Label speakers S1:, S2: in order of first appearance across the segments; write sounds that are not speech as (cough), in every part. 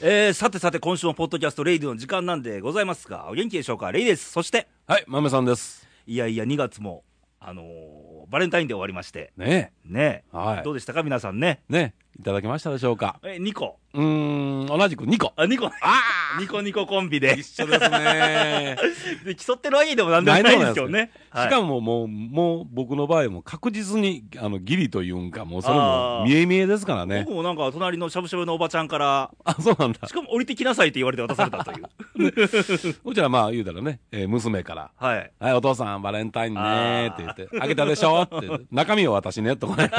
S1: えー、さてさて、今週もポッドキャスト、レイディの時間なんでございますが、お元気でしょうか、レイです。そして、
S2: はい、豆さんです。
S1: いやいや、2月も、あのーバレンタインデー終わりまして、
S2: ね
S1: ね、
S2: はい
S1: どうでしたか、皆さんね。
S2: え。ねえ。いただきましたでしょうか。
S1: え、ニコ。
S2: うーん、同じく2個。
S1: あ、ニコ、 (laughs) ニコニココンビで、
S2: 緒です (laughs) ね。
S1: で競ってるわけでもなんでもないですけどね。はい
S2: しかももう、もう僕の場合も確実に、あの、ギリというんか、もうそれ
S1: あ
S2: も
S1: ー
S2: 見え見えですからね
S1: 僕。もなんか、隣のしゃぶしゃぶのおばちゃんから、
S2: あ、そうなんだ
S1: し。かも降りてきなさいって言われて渡されたと
S2: (laughs)
S1: いう。
S2: うちらまあ言うたらね、えー娘から。
S1: はい。
S2: はい、お父さん、バレンタインねーって言って、あげたでしょって、中身を私ね、とかね。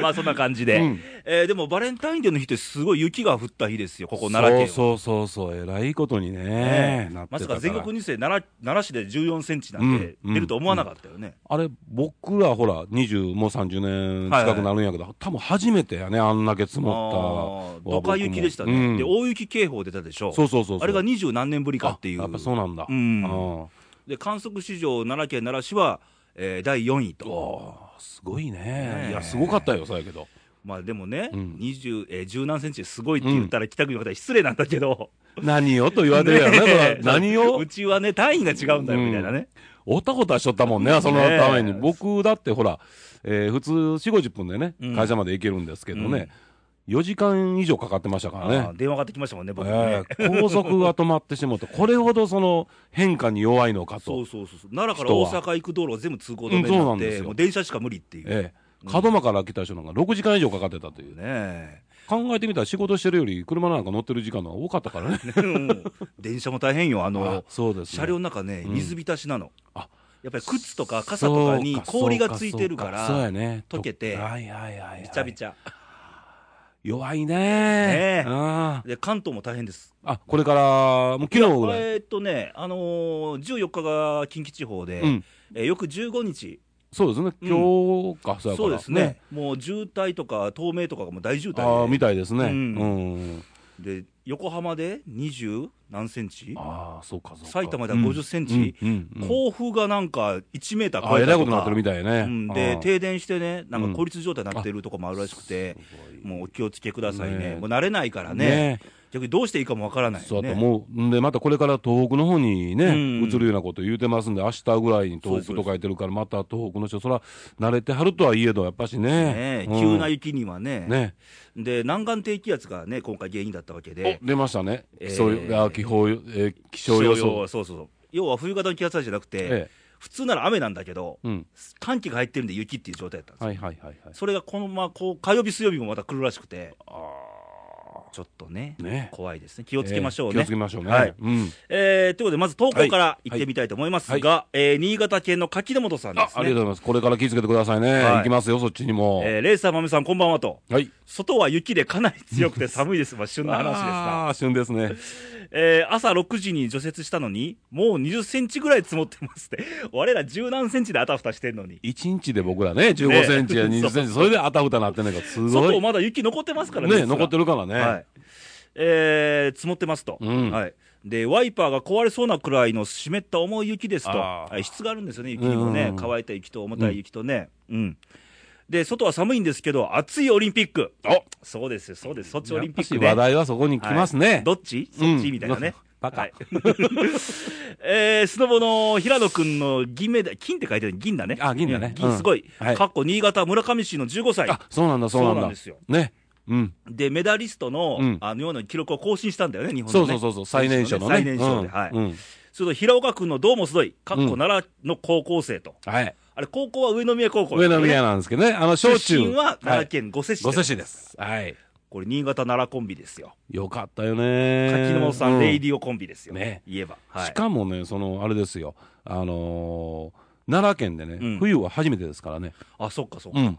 S1: まあそんな感じで、
S2: うん
S1: えーでもバレンタインデーの日ってすごい雪が降った日ですよ、ここ奈良県は。
S2: そうそうそうそう、えらいことにね
S1: ね、
S2: なって
S1: まさ
S2: たか。
S1: から全国ニュースで奈良奈良市で14センチなんて
S2: うん
S1: 出ると思わなかったよね、
S2: あれ、僕らほら、20、もう30年近くなるんやけど、多分初めてやね、あんだけ積もった。
S1: あードカ雪でしたね、
S2: うん
S1: で大雪警報出たでしょ
S2: そうそうそうそう。
S1: あれが二十何年ぶりかってい
S2: あや
S1: う
S2: っぱそうなんだ。
S1: うん
S2: あー
S1: で観測史上奈良県奈良市は、えー第4位と、
S2: あーすごい
S1: ね
S2: ね。
S1: え
S2: いや、すごかったよ、そうやけど。
S1: まあでもね、
S2: うん
S1: 二十えー、十何センチすごいって言ったら北国の方は失礼なんだけど、
S2: 何をと言われてるやろねそれは
S1: ね、
S2: 何
S1: (laughs)
S2: を
S1: うちはね単位が違うんだよみたいなね、
S2: おったことはしとったもんね、その
S1: ねえ
S2: ために。僕だってほら、えー普通4、50分でね
S1: うん、
S2: 会社まで行けるんですけどね、4時間以上かかってましたからね
S1: あー。電話がってきましたもんね僕ね、
S2: ええ高速が止まってしまうと、これほどその変化に弱いのか
S1: そう
S2: と、
S1: そうそうそう奈良から大阪行く道路は全部通行止めに
S2: うんそう
S1: な
S2: な
S1: っ
S2: んで
S1: て、
S2: すよ
S1: もう電車しか無理っていう、
S2: ええ、門間から来た人なんか6時間以上かかってたというね、
S1: ね
S2: 考えてみたら仕事してるより、車なんか乗ってる時間の方が多かったからね、
S1: え (laughs) うん電車も大変よあの
S2: あそうですね
S1: 車両の中ね
S2: うん
S1: 水浸しなの、
S2: あ
S1: やっぱり靴とか傘とかに氷がついてるか
S2: そうや
S1: ら
S2: ね、
S1: 溶けて
S2: とはいはいはいはい、
S1: びちゃびちゃ
S2: 弱いね
S1: え
S2: あ
S1: で関東も大変です
S2: ああこれから、もう昨日ぐらい、
S1: えーっとねあのー、14日が近畿地方で、
S2: うん、
S1: えー翌15日
S2: そうですね、今日か、そうやか
S1: そ
S2: ら
S1: うですねもう渋滞とか東名とかがもう大渋
S2: ああ
S1: 滞
S2: みたいですね、
S1: うん
S2: うん
S1: でで横浜で20何センチ
S2: ああそうかそうか
S1: 埼玉では50センチ
S2: うんうんうんうん
S1: 甲府がなんか1メーター
S2: あ
S1: 超え
S2: えら
S1: た
S2: いこととになっ
S1: か
S2: てるみたいね。
S1: うん、
S2: あ
S1: で
S2: ー
S1: 停電してね、なんか孤立状態になってるとこもあるらしくて、もうお気をつけくださいね、
S2: ね
S1: もう慣れないからね、
S2: ね
S1: 逆にどうしていいかもわからない
S2: そう
S1: よね
S2: だと思う。んで、またこれから東北の方にね、
S1: うん
S2: 移るようなこと言うてますんで、明日ぐらいに東北と書いてるから、また東北の人、そら、慣れてはるとはいえど、やっぱし
S1: ね
S2: ね。うん
S1: 急な雪にはね
S2: ね。
S1: で、南岸低気圧がね、今回原因だったわけで
S2: お、出ましたね。
S1: えー
S2: 気象予、あ気泡予、えー気象予想。
S1: そうそうそう、要は冬型の気圧配置じゃなくて、
S2: え
S1: 普通なら雨なんだけど、
S2: えうん。
S1: 寒気が入ってるんで雪っていう状態だったんですよ、
S2: はいはいはいはい。
S1: それがこのままこう火曜日、水曜日もまた来るらしくて、ちょっとね、
S2: ね。
S1: 怖いですね、気をつけましょうね。
S2: ええ気をつけましょうね。
S1: はい
S2: うん。
S1: えー、ということで、まず投稿から行ってみたいと思いますが、
S2: はい
S1: えー新潟県の柿根本さんで
S2: あ、
S1: す
S2: あり
S1: ね。
S2: がとうございます。これから気をつけてくださいね。
S1: はい
S2: 行きますよ、そっちにも。
S1: えー、レーサー豆さん、こんばんはと。
S2: はい。
S1: 外は雪でかなり強く
S2: (laughs)
S1: て寒いです。まあ、旬な話ですが。
S2: ああ、旬ですね。
S1: えー、朝6時に除雪したのに、もう20センチぐらい積もってますって。 (laughs) 我ら十何センチであたふたしてんのに。
S2: 1日で僕らね、15センチや20センチ、それであたふたなってんねんから、すご
S1: 外
S2: い。
S1: まだ雪残ってますからね。
S2: ね、残って
S1: る
S2: るからね。
S1: はい。えー、積もってますと。
S2: うん
S1: はい。で、ワイパーが壊れそうなくらいの湿った重い雪ですと。
S2: あー
S1: はい質があるんですよね、雪にもね。
S2: うんうんうん
S1: 乾いた雪と重たい雪とね。うん。で、外は寒いんですけど、暑いオリンピック。
S2: お
S1: そうですよ、そうです。ソチオ
S2: や
S1: リ
S2: っ
S1: ンピ
S2: ぱ
S1: ック
S2: し
S1: ね。
S2: 話題はそこに来ますね。
S1: はいどっちそっち、みたいなね。
S2: バカ
S1: はい (laughs) えー、スノボの平野くんの銀メダル、金って書いてある銀だね。
S2: あ銀だね
S1: うん
S2: う
S1: 銀
S2: ん
S1: すごい。
S2: はい
S1: かっこ新潟村上市の15歳。
S2: あ、そうなんだ、そうなんだ。
S1: そうなんですよ
S2: ね。うん。
S1: で、メダリストの、
S2: うん
S1: あのような記録を更新したんだよね、日本
S2: そ
S1: の、
S2: う
S1: ね。
S2: そうそうそう、最年少のね。
S1: 最年少で、
S2: うん
S1: はい。
S2: うん
S1: それと平岡くんのどうもすごい、かっこ奈良の高校生と。
S2: はい。
S1: あれ、高校は上宮高校、
S2: 上の宮なんですけどね、あの、
S1: 出
S2: 小中。
S1: 身は奈良
S2: はい
S1: 県御所市、
S2: ご世子です。はい。
S1: これ、新潟奈良コンビですよ。
S2: よかったよね。
S1: 柿沼さん、レイ
S2: デ
S1: ディオコンビですよ。
S2: ね
S1: 言えば。はい。
S2: しかもね、その、あれですよ。あのー、奈良県でね、
S1: うん
S2: 冬は初めてですからね。
S1: あ、そっかそっ
S2: う
S1: か。
S2: ん。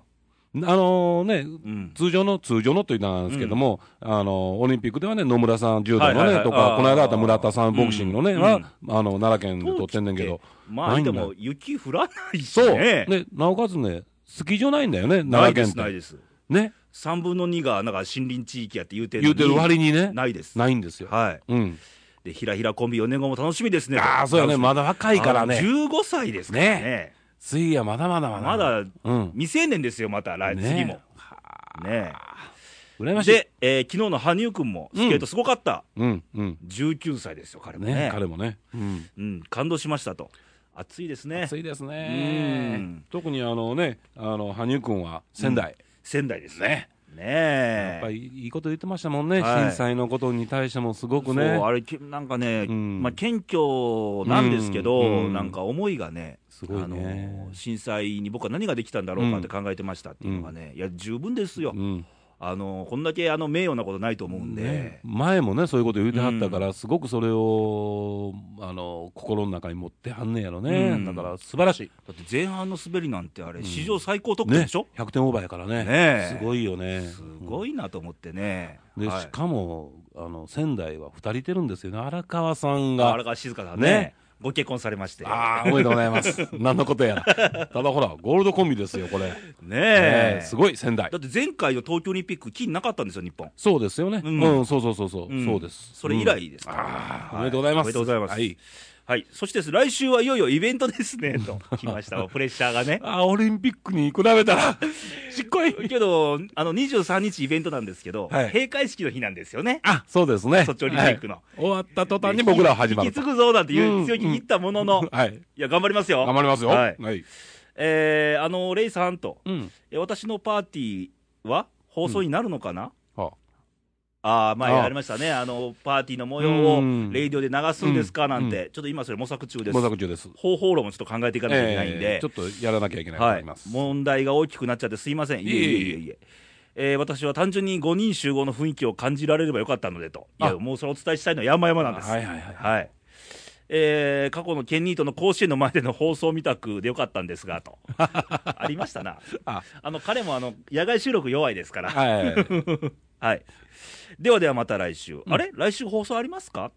S2: あのーね、
S1: うん。
S2: 通常の、通常のというなんですけども、あの、オリンピックではね、野村さん柔道のね、
S1: はいはいはいあ
S2: と
S1: ー
S2: か、この間あった村田さんボクシングのね、
S1: うん
S2: は、
S1: うん
S2: あの、奈良県で撮ってんねんけど。
S1: まあ、
S2: ないん
S1: で
S2: だ
S1: も、雪降らないし
S2: そう。
S1: ね。
S2: ね、なおかつね、スキー場ないんだよね、
S1: ない
S2: 奈
S1: で
S2: 良県
S1: す、ない
S2: って。
S1: です。
S2: ね、
S1: 3分の2が、なんか森林地域やって言うてんの
S2: 言
S1: に
S2: うてる割にね、
S1: ないです。
S2: ないんですよ。
S1: はい。
S2: うん。
S1: で、ひらひらコンビ4年後も楽しみですね。
S2: ああ、そうよね、まだ若いから
S1: あの
S2: ね。
S1: 15歳ですからね。
S2: 水泳まだまだまだ。
S1: まだ
S2: うん。
S1: 未成年ですよ、また来、
S2: ね
S1: 次も。ねえ。
S2: 羨ましい。
S1: で、えー昨日の羽生くんもスケートすごかった。
S2: うん、うん。
S1: 19歳ですよ、彼もね。
S2: ね、彼もね。うん。
S1: うん、感動しましたと。暑いですね。
S2: 暑いです
S1: う
S2: ね
S1: ん。
S2: 特にあのね、あの、羽生くんは仙台。
S1: 仙台ですね
S2: ね。
S1: ね
S2: やっぱ
S1: え。
S2: りいいこと言ってましたもんね。
S1: はい
S2: 震災のことに対してもすご
S1: そ
S2: く
S1: う
S2: ね。
S1: あれけなんかね、
S2: うん
S1: まあ、謙虚なんですけど、
S2: うん
S1: なんか思いがね、
S2: すごいね
S1: あの震災に僕は何ができたんだろうかって考えてましたっていうのがね、いや、十分ですよ、
S2: うん。
S1: あのこんだけあの名誉なことないと思うんで、
S2: ね、前もねそういうこと言うてはったから、すごくそれをあの心の中に持ってはんねやろね、
S1: うん
S2: だから素晴らしい、
S1: だって前半の滑りなんて、あれ、史上最高得点
S2: ね、
S1: でしょ、
S2: 100点オーバーやからね
S1: ねえ
S2: すごいよね
S1: すごいなと思ってね、
S2: で、
S1: はい
S2: しかもあの仙台は2人いてるんですよね荒川さん
S1: あ
S2: が
S1: 荒川静香さんね
S2: ね
S1: ご結婚されまして、
S2: ああおめでとうございます (laughs) 何のことやらただほらゴールドコンビですよこれ、ね
S1: ね
S2: え
S1: え
S2: すごい仙台
S1: だって前回の東京オリンピック、金なかったんですよ、日本。
S2: そうですよね
S1: う
S2: うんん、そうそうそうそう、
S1: ん
S2: そうです
S1: それ以来ですから、
S2: あー
S1: は
S2: おめでとうございます
S1: おめでとうございます。は
S2: はいい。
S1: そしてです、来週はいよいよイベントですね、と
S2: (laughs)
S1: 来ましたわプレッシャーがね。
S2: あーオリンピックに比べた (laughs) らしっこい
S1: けど、あの、23日イベントなんですけど、
S2: はい
S1: 閉会式の日なんですよね。
S2: あそうですね
S1: ソチオリンピックの
S2: はい終わった途端に僕らは始ま
S1: 引
S2: る
S1: き継ぐぞなんていう強気に言ったものの、い
S2: はい。
S1: や、頑張りますよ。
S2: 頑張りますよ。
S1: はい。
S2: はい。
S1: えー、あの、レイさんと、
S2: うん。
S1: え私のパーティーは放送になるのかな、
S2: は
S1: ああ、前
S2: ああ
S1: やりましたね、あの、パーティーの模様
S2: う
S1: を
S2: ん
S1: レイディオで流すんですかなんて、ちょっと今それ模索中です
S2: 模。索中です。
S1: 方法論もちょっと考えていかなきゃいけないん
S2: え
S1: で
S2: ーちょ、っとやらなきゃいけないと
S1: は
S2: 思い
S1: い
S2: ます。、
S1: 問題が大きくなっちゃってすいません。いえいえいえいえ。えー私は単純に5人集合の雰囲気を感じられればよかったのでと。いや、
S2: あ
S1: もうそれお伝えしたいのは山々なんです。
S2: はいはいはい。
S1: はい。えー過去のケンニートの甲子園の前での放送見たくでよかったんですが、
S2: (laughs)
S1: と。ありましたな。
S2: あ、
S1: あの、彼もあの、野外収録弱いですから。 (laughs)
S2: はい。
S1: はい。ではではまた来週。あれ来週放送ありますか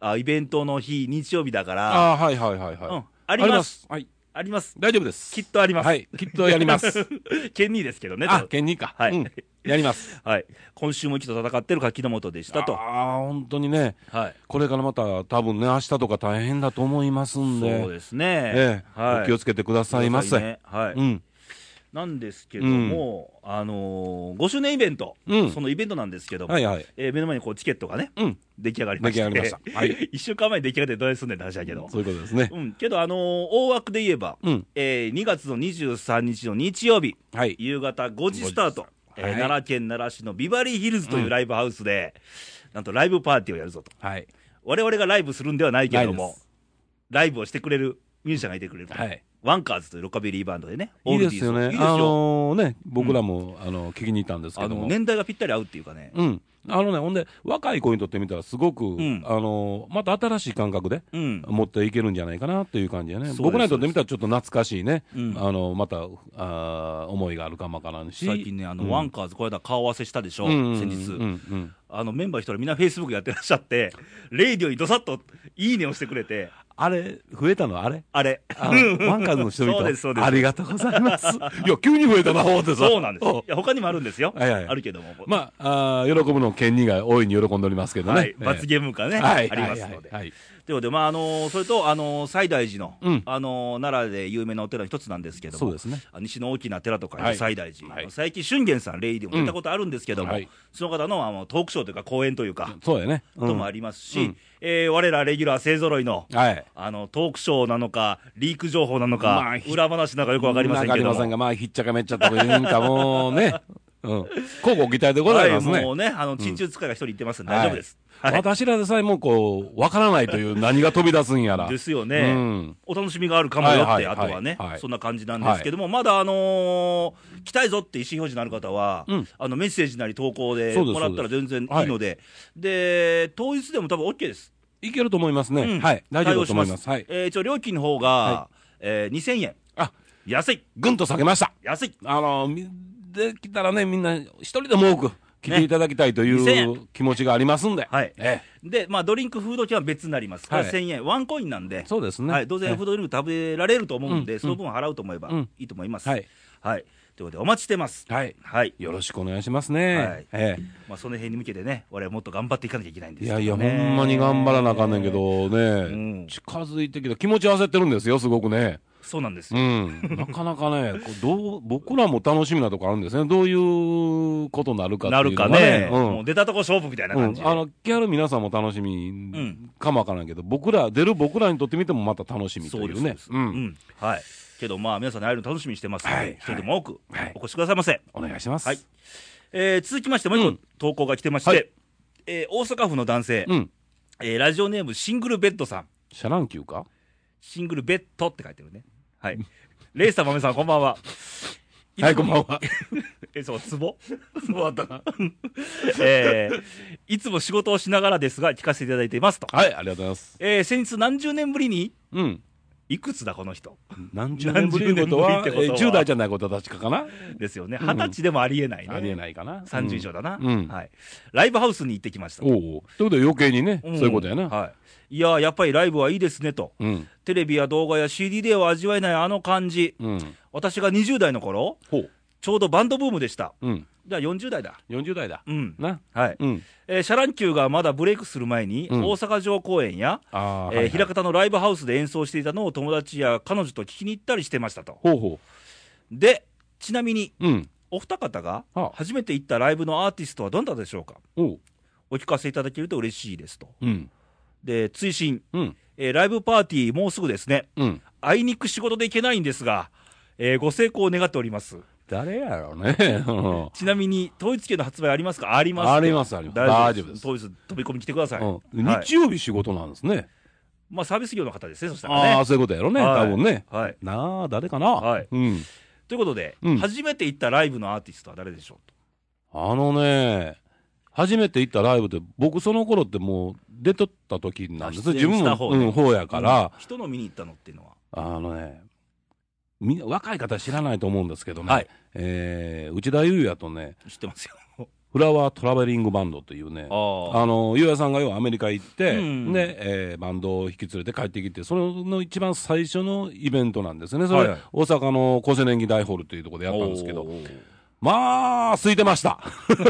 S1: あ、イベントの日、日曜日だから。
S2: あー、はいはいはい
S1: うん
S2: は。
S1: あ
S2: い。
S1: ります。。
S2: はい。
S1: あります。
S2: 大丈夫です。
S1: きっとあります。
S2: はい。きっとや
S1: (laughs)
S2: ります。
S1: ケンニーですけどね。
S2: あ、
S1: と
S2: 県人か。
S1: はい
S2: うんや
S1: (laughs)
S2: ります。
S1: はい。今週も一度戦ってる柿の本でしたと。
S2: ああ、本当にね。
S1: はい。
S2: これからまた多分ね、明日とか大変だと思いますんで。
S1: そうですね。
S2: ええ
S1: はい。
S2: お気をつけてくださいま
S1: くだ
S2: せ。
S1: ねはい。
S2: うん。
S1: なんですけども、あのー、5周年イベント、
S2: うん
S1: そのイベントなんですけども、
S2: はいはい。
S1: えー目の前にこうチケットがね、
S2: うん。
S1: 出来上がりまして、
S2: 出来上がりましたは
S1: (laughs)
S2: い
S1: 一週間前に出来上がってどうやすんねんって話だけど、
S2: そういうことですね
S1: う。ん、けど、あのー大枠で言えば、
S2: うん。
S1: えー2月の23日の日曜日、
S2: はい。
S1: 夕方5時スタート、えー
S2: はい
S1: 奈良県奈良市のビバリーヒルズというライブハウスで、なんとライブパーティーをやるぞと、
S2: はい。
S1: 我々がライブするんではないけれど
S2: ない
S1: も
S2: です、
S1: ライブをしてくれるミュージシャンがいてくれると、
S2: はい。
S1: ワンカーズというロカビリーバンドでね、
S2: いい
S1: ルディ
S2: で
S1: ー
S2: す
S1: ズ
S2: よね。
S1: いいです
S2: あ
S1: よ、
S2: のね、僕らも、あの、聞きに行ったんですけ
S1: あ
S2: ど
S1: の
S2: も。
S1: 年代がぴったり合うっていうかね、
S2: うん。あのね、ほんで、若い子にとってみたら、すごく、
S1: ん
S2: あの、また新しい感覚で、
S1: うん、
S2: 持っていけるんじゃないかなっていう感じやね
S1: す。
S2: 僕らにとってみたら、ちょっと懐かしいね。
S1: うん
S2: あの、また、あー思いがあるかもわからんし。
S1: 最近ね、あの
S2: うん
S1: ワンカーズ、この間顔合わせしたでしょ、
S2: うんうんうん
S1: 先日、
S2: うんうん
S1: あのメンバー一人、みんなフェイスブックやってらっしゃ
S2: (laughs)
S1: って、レイディオにどさっといいねをしてくれて、
S2: あれ、増えたのあ (laughs) れ
S1: あれ、
S2: あのワンカーズの人々。
S1: そうですそうです
S2: ありがとうございます。 (laughs) いや、急に増えたな、ほうって
S1: (laughs)
S2: さ。
S1: そうなんです、い
S2: お
S1: や他にもあるんですよ、
S2: はいはい
S1: あるけども、
S2: まあ、あー喜ぶの、県人が大いに喜んでおりますけどね。
S1: はい、罰ゲームかね、
S2: ええ
S1: あ
S2: はい
S1: ります
S2: はい
S1: の
S2: は
S1: で
S2: い。はい
S1: ということで、まああのそれと、あの西大寺の、
S2: うん
S1: あの奈良で有名なお寺の一つなんですけども、
S2: そうですね
S1: あ西の大きな寺とか、
S2: はい
S1: 西大寺、
S2: はい
S1: 佐伯俊元さん、レイディオも出たことあるんですけども、
S2: うんはい
S1: その方のあのトークショーというか、講演というか、
S2: そうやね。うん
S1: こともありますし、
S2: うん
S1: えー我らレギュラー勢ぞろいの。
S2: はい。
S1: あのトークショーなのか、リーク情報なのか、
S2: まあひ
S1: 裏話なのかよくわかりませんけど
S2: わ
S1: も、
S2: かりませんが、まあ、ひっちゃかめっちゃというか、も
S1: (laughs)
S2: うね、うん。こうご期待でございます
S1: は
S2: ね。
S1: いもうね、あの珍中使いが一人言ってますんで、大丈夫です。
S2: はい
S1: はい
S2: 私らでさえもこう、わからないという何が飛び出すんやら。
S1: ですよね、
S2: うん
S1: お楽しみがあるかもよって、
S2: はいはいはい
S1: あとはね、
S2: はい
S1: そんな感じなんですけども、まだ、あのー来たいぞって意思表示のある方は、
S2: うん
S1: あのメッセージなり投稿で
S2: そうです
S1: もらったら全然いいので、で当日でも多分 OK です。
S2: いけると思いますね。
S1: うん
S2: はい。大丈夫だと思い
S1: 対
S2: ま
S1: 応
S2: す。はい。
S1: えー一応、料金の方が、
S2: は
S1: えー2000円、
S2: あ、
S1: 安い、
S2: ぐんと下げました。
S1: 安い。
S2: あの、みできたらね、みんな、一人でも多く来ていただきたいと
S1: ね
S2: い
S1: 2000
S2: う気持ちがありますんで。
S1: はい
S2: え
S1: で、まあ、ドリンク、フード券は別になります、
S2: はい
S1: これ1000円、ワンコインなんで、
S2: え。そうですね。
S1: はい、当
S2: え
S1: 然、
S2: え
S1: フードドリンク食べられると思うんで、
S2: うん
S1: その分払うと思えば
S2: うん
S1: いいと思います。
S2: はい。
S1: はい、ということで、お待ちしてます。
S2: はい。
S1: はい
S2: よろしくお願いしますね。
S1: はい
S2: ええ。
S1: まあ、その辺に向けてね、我々もっと頑張っていかなきゃいけないんです
S2: い
S1: け
S2: や
S1: ど、ね、
S2: いや、ほんまに頑張らなあかんねんけどね、
S1: ん
S2: 近づいてきた、気持ち焦ってるんですよ、すごくね。
S1: そうなんです
S2: う
S1: よ。 (laughs)
S2: ん、なかなかね、こうどう僕らも楽しみなとこあるんですね、どういうことになるかって
S1: ないる
S2: うの
S1: か
S2: が
S1: ね、
S2: う
S1: もう出たとこ勝負みたいなん
S2: う
S1: 感
S2: ん
S1: じ、で。
S2: あのギャル皆さんも楽しみ
S1: ん
S2: かもわからんけど、僕ら、出る僕らにとってみてもまた楽しみと
S1: そう
S2: い
S1: で
S2: う
S1: すね
S2: ね、。うん
S1: うんはい。けどまあ皆さんに会えるの楽しみにしてますので、
S2: はい
S1: 一人でも多く
S2: はい
S1: お越しくださいませ。
S2: お願いします。
S1: はいえー続きましてもう一個、
S2: うん
S1: 投稿が来てまして、
S2: はい
S1: えー大阪府の男性、
S2: うん、
S1: えーラジオネームシングルベッドさん。
S2: シャランキューか
S1: シングルベッドって書いてるね。はい。レイさん、まめさん、こんばんは。
S2: はい、こんばんは。
S1: え、そう、ツボ
S2: 終わったな。
S1: (laughs) えーいつも仕事をしながらですが、聞かせていただいていますと。
S2: はい、ありがとうございます。
S1: えー先日何十年ぶりに、
S2: うん。
S1: いくつだこの人
S2: 何十年ぶりってことは、
S1: 何十年ぶりって
S2: え
S1: ことは
S2: 10代じゃないことは確かかな
S1: ですよね。
S2: うん
S1: 二十歳でもありえないね。
S2: ありえないかな。
S1: 30以上だな、
S2: うん
S1: はい。ライブハウスに行ってきました。
S2: おうおう。ということで余計にね、そういうことや
S1: ん
S2: な。
S1: はい。いやー、やっぱりライブはいいですねと。
S2: うん。
S1: テレビや動画や CD では味わえないあの感じ。
S2: うん。
S1: 私が20代の頃、
S2: ほう。
S1: ちょうどバンドブームでした。
S2: うん。
S1: じゃあ40代だ。
S2: 40代だ。
S1: うん。
S2: な。
S1: はい。
S2: うん。
S1: えーシャランキューがまだブレイクする前に、
S2: うん
S1: 大阪城公演や、
S2: ああ。
S1: えー枚方のライブハウスで演奏していたのを友達や彼女と聞きに行ったりしてましたと。
S2: ほうほ
S1: で、ちなみに、
S2: う。うん。
S1: お二方が
S2: はあ
S1: 初めて行ったライブのアーティストはどなたでしょうか
S2: おう。
S1: お聞かせいただけると嬉しいですと。
S2: うん。
S1: で、追伸、
S2: うん。
S1: えーライブパーティーもうすぐですね。
S2: うん。
S1: あいにく仕事で行けないんですが、えーご成功を願っております。
S2: 誰やろうね。 (laughs) うん
S1: ちなみに、統一券の発売ありますかあります。
S2: ありますあります
S1: 大丈夫です。
S2: 大
S1: 統一飛び込みに来てください。
S2: うん
S1: はい
S2: 日曜日仕事なんですね。
S1: まあ、サービス業の方ですね、そしたらね。
S2: ああ、そういうことやろね。
S1: は
S2: 多
S1: い
S2: 分ね。
S1: はい。
S2: なあ、誰かな。
S1: はい
S2: うん。
S1: ということで、
S2: うん
S1: 初めて行ったライブのアーティストは誰でしょう
S2: あのね、初めて行ったライブで、僕その頃ってもう出とった時なんです
S1: あ
S2: ね。
S1: 出
S2: 自
S1: 演
S2: 分
S1: した
S2: も、
S1: 方ね
S2: うん、方や
S1: と
S2: から、
S1: 人の見に行ったのっていうのは。
S2: あのね、みんな若い方知らないと思うんですけどね、
S1: はい
S2: えー内田裕也とね、
S1: 知ってますよ。
S2: フラワートラベリングバンドというね、
S1: ああ。
S2: あの、ゆうやさんが要はアメリカ行って、
S1: うん
S2: で、えーバンドを引き連れて帰ってきて、それの一番最初のイベントなんですね。それ、
S1: はいはい
S2: 大阪の高青年期大ホールというところでやったんですけ
S1: お
S2: ど、
S1: ー。
S2: まあ、空いてました。
S1: (laughs)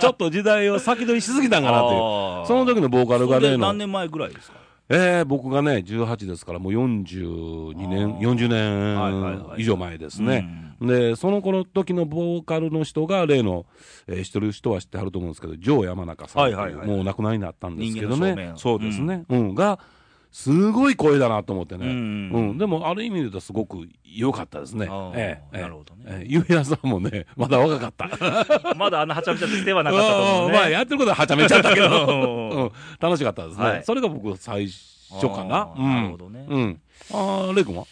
S2: ちょっと時代を先取りしすぎたんかなという。その時のボーカル
S1: そ
S2: が
S1: れ
S2: 例
S1: で
S2: の
S1: 何、年前ぐらいですか
S2: えー、僕がね、18ですから、もう42年、
S1: あー
S2: 40
S1: はいはいはい
S2: 年以上前ですね。で、その頃時のボーカルの人が、例の、えー、知ってる人は知ってはると思うんですけど、ジョー山中さんっていう、
S1: はいはいはい
S2: もうお亡くなりになったんですけど
S1: 人間の
S2: ね、
S1: 正
S2: そ
S1: 面
S2: うですね、うんが、すごい声だなと思ってね、
S1: う
S2: うんんでも、ある意味で言うと、すごく良かったですね、
S1: あー
S2: ええ
S1: なるほどね
S2: ええゆうやさんもね、まだ若かった、
S1: ま (laughs) だあんなはちゃめちゃしてはなかったと思
S2: あ
S1: う
S2: ー
S1: ね。
S2: まあ、やってることははちゃめちゃだったけ
S1: (laughs) うん
S2: ど、うん、楽しかったですね、
S1: はい
S2: それが僕、最初かな
S1: あ。
S2: う
S1: ー
S2: ん
S1: なるほどね。
S2: うん。ああ、レイ君は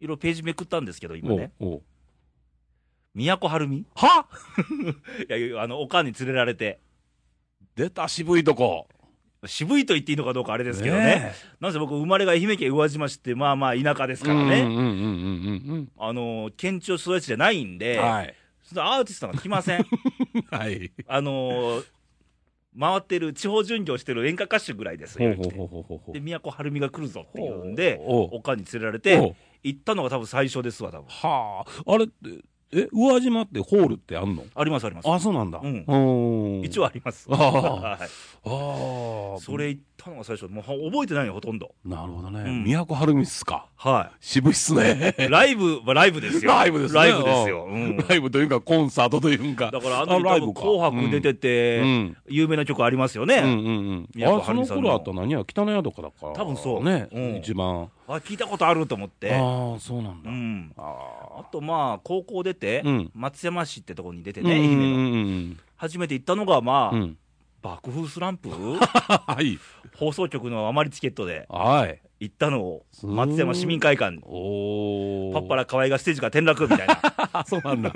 S2: い
S1: ろいろページめくったんですけど、今ね。
S2: おうおう
S1: 宮古晴美
S2: は
S1: (laughs) いや、あの、おかんに連れられて。
S2: 出た渋いとこ。
S1: 渋いと言っていいのかどうかあれですけどね。
S2: ね
S1: なんせ僕、生まれが愛媛県宇和島市って、まあまあ田舎ですからね。
S2: うんうんうんうん
S1: あのー、県庁所在地じゃないん
S2: うんう
S1: で、
S2: ん。
S1: (laughs)
S2: はい。
S1: そのアーティストが来ません。
S2: はい。
S1: あのー、回ってる、地方巡業してる演歌歌手ぐらいです
S2: ほ
S1: よ
S2: う。ほうほうほうほうほう
S1: で、宮古晴美が来るぞっていうんで、
S2: おう
S1: おかんに連れられ
S2: お
S1: て
S2: う、
S1: 行ったのが多分最初ですわ、多分。
S2: はあ。あれって、え、宇和島ってホールってあんの
S1: ありますあります。
S2: あ、そうなんだ。
S1: うん
S2: ん
S1: 一応あります。
S2: ああ
S1: はい
S2: ああ。
S1: そ。れ行ったのが最初、もうは覚えてないよ、ほとんど。
S2: なるほどね。
S1: うん
S2: 宮古晴美っすか。
S1: は
S2: 渋いっすね。
S1: い。ライブ、まあライブですよ。
S2: ライブですね。
S1: ライブですよ。
S2: う
S1: うんん。
S2: ライブというか、コンサートというか。
S1: だからあの時多分紅白出てて、
S2: うん
S1: 有名な曲ありますよ
S2: うん
S1: ね。
S2: うんうん。
S1: 宮古
S2: あ、そ
S1: 晴美
S2: の
S1: さんの
S2: 頃あった何や、北の宿からか。
S1: 多分そう
S2: ね
S1: うん。
S2: 一番。
S1: あ、聞いたことあると思って。
S2: ああ、そうなん
S1: う
S2: だ。
S1: ん。
S2: あ
S1: あとまあ、高校出て、
S2: うん
S1: 松山市ってとこに出て
S2: あ。
S1: ね、愛
S2: うん
S1: 媛の。
S2: うん
S1: 初めて行ったのがまあ、
S2: うんうん。
S1: 爆風スランプ (laughs)
S2: (laughs) はい。
S1: 放送局の余りチケットで
S2: はい。
S1: 行ったのを、松山市民会館、
S2: おお。
S1: パッパラ河合がステージから転落みたいな。
S2: あ、 (laughs) そうなんだ。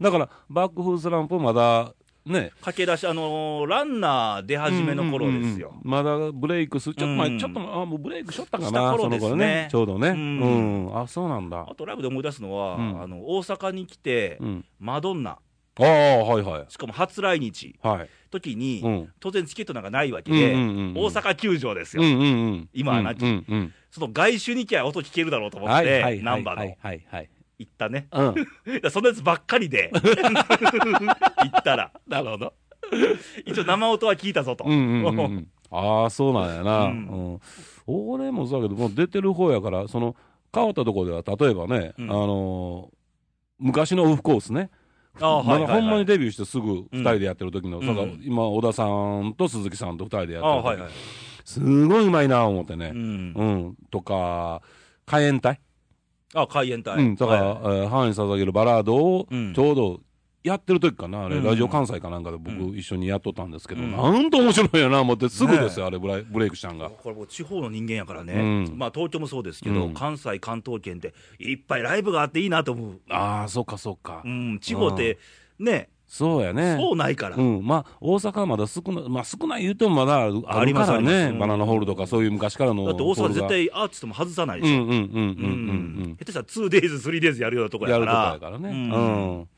S2: だから、バックフースランプまだ、ね。
S1: 駆け出し、あのーランナー出始めの頃ですよ。
S2: うんうんうん。まだブレイクする。ちょっと
S1: うん
S2: 前、ちょっと、あ、もうブレイクしょったか
S1: した
S2: な、
S1: 頃
S2: その
S1: です
S2: 頃
S1: ね
S2: ね。ちょうどね。
S1: う
S2: うんん。あ、そうなんだ
S1: あ。とライブで思い出すのは、
S2: うん
S1: あの大阪に来て、
S2: うん。
S1: マドンナ、
S2: ああ、はいはい。
S1: しかも初来日
S2: はい。
S1: 時に、
S2: うん。
S1: 当然チケットなんかないわけで、
S2: うんうんうんうん
S1: 大阪球場ですよ、
S2: うんうんうん。
S1: 今はな
S2: うんうん
S1: その外周に行きゃ音聞けるだろうと
S2: うん。
S1: 思っ
S2: はいはいはい
S1: て、ナンバー
S2: はい
S1: の
S2: はいはい。
S1: 行ったね、
S2: う
S1: だ
S2: ん。
S1: からそんなやつばっかり
S2: (laughs)
S1: で、行ったら、
S2: なるほど。
S1: 一応、生音は聞いたぞと、 (laughs)
S2: うんうんうんうん。ああそうなんやな、う
S1: うんん
S2: 俺もそうだけどもう出てる方やからその変わったところでは例えばね、
S1: うん
S2: あのー昔のオフコースね
S1: あ
S2: ま
S1: はいは
S2: だ
S1: いは
S2: ほ
S1: い
S2: んまにデビューしてすぐ
S1: うん
S2: 2人でやってる時の、
S1: うん
S2: だから今小田さんと鈴木さんと2人でや
S1: あ
S2: ってる
S1: は
S2: 時
S1: いはい。
S2: すごいうまいな思って
S1: う
S2: ね、
S1: ん
S2: う。んとか火炎隊、
S1: あ、海援隊。
S2: うん、だから、
S1: はいはい
S2: えー範囲捧げるバラードを
S1: うん
S2: ちょうどやってる時かな、あれ、
S1: うん
S2: ラジオ関西かなんかで僕
S1: う
S2: 一緒にやっとったんですけど、
S1: うん
S2: なんと面白いんやな思ってすぐですよ、
S1: ね
S2: あれブレイブレイクしたんが。
S1: これもう地方の人間やからね、
S2: うん
S1: まあ東京もそうですけど、
S2: うん
S1: 関西、関東圏っていっぱいライブがあっていいなと思う、
S2: ああ、そっかそっか、
S1: うん、地方ってね、
S2: そうやね。
S1: そうないから、
S2: うん、まあ、大阪はまだ少ない、まあ、少ない言うてもまだあるからね、
S1: ありますありますうん
S2: バナナホールとか、そういう昔からの
S1: だって大
S2: ホー
S1: 阪
S2: ルが
S1: 絶、対アーティストも外さないで
S2: う
S1: し
S2: ん
S1: ょ、
S2: うんうんう
S1: う
S2: ん
S1: ん
S2: うん
S1: 下手したら 2days、3days やるようなと
S2: う
S1: こ
S2: ん、
S1: やか
S2: やると
S1: ら、
S2: こやからね、う
S1: うん
S2: ん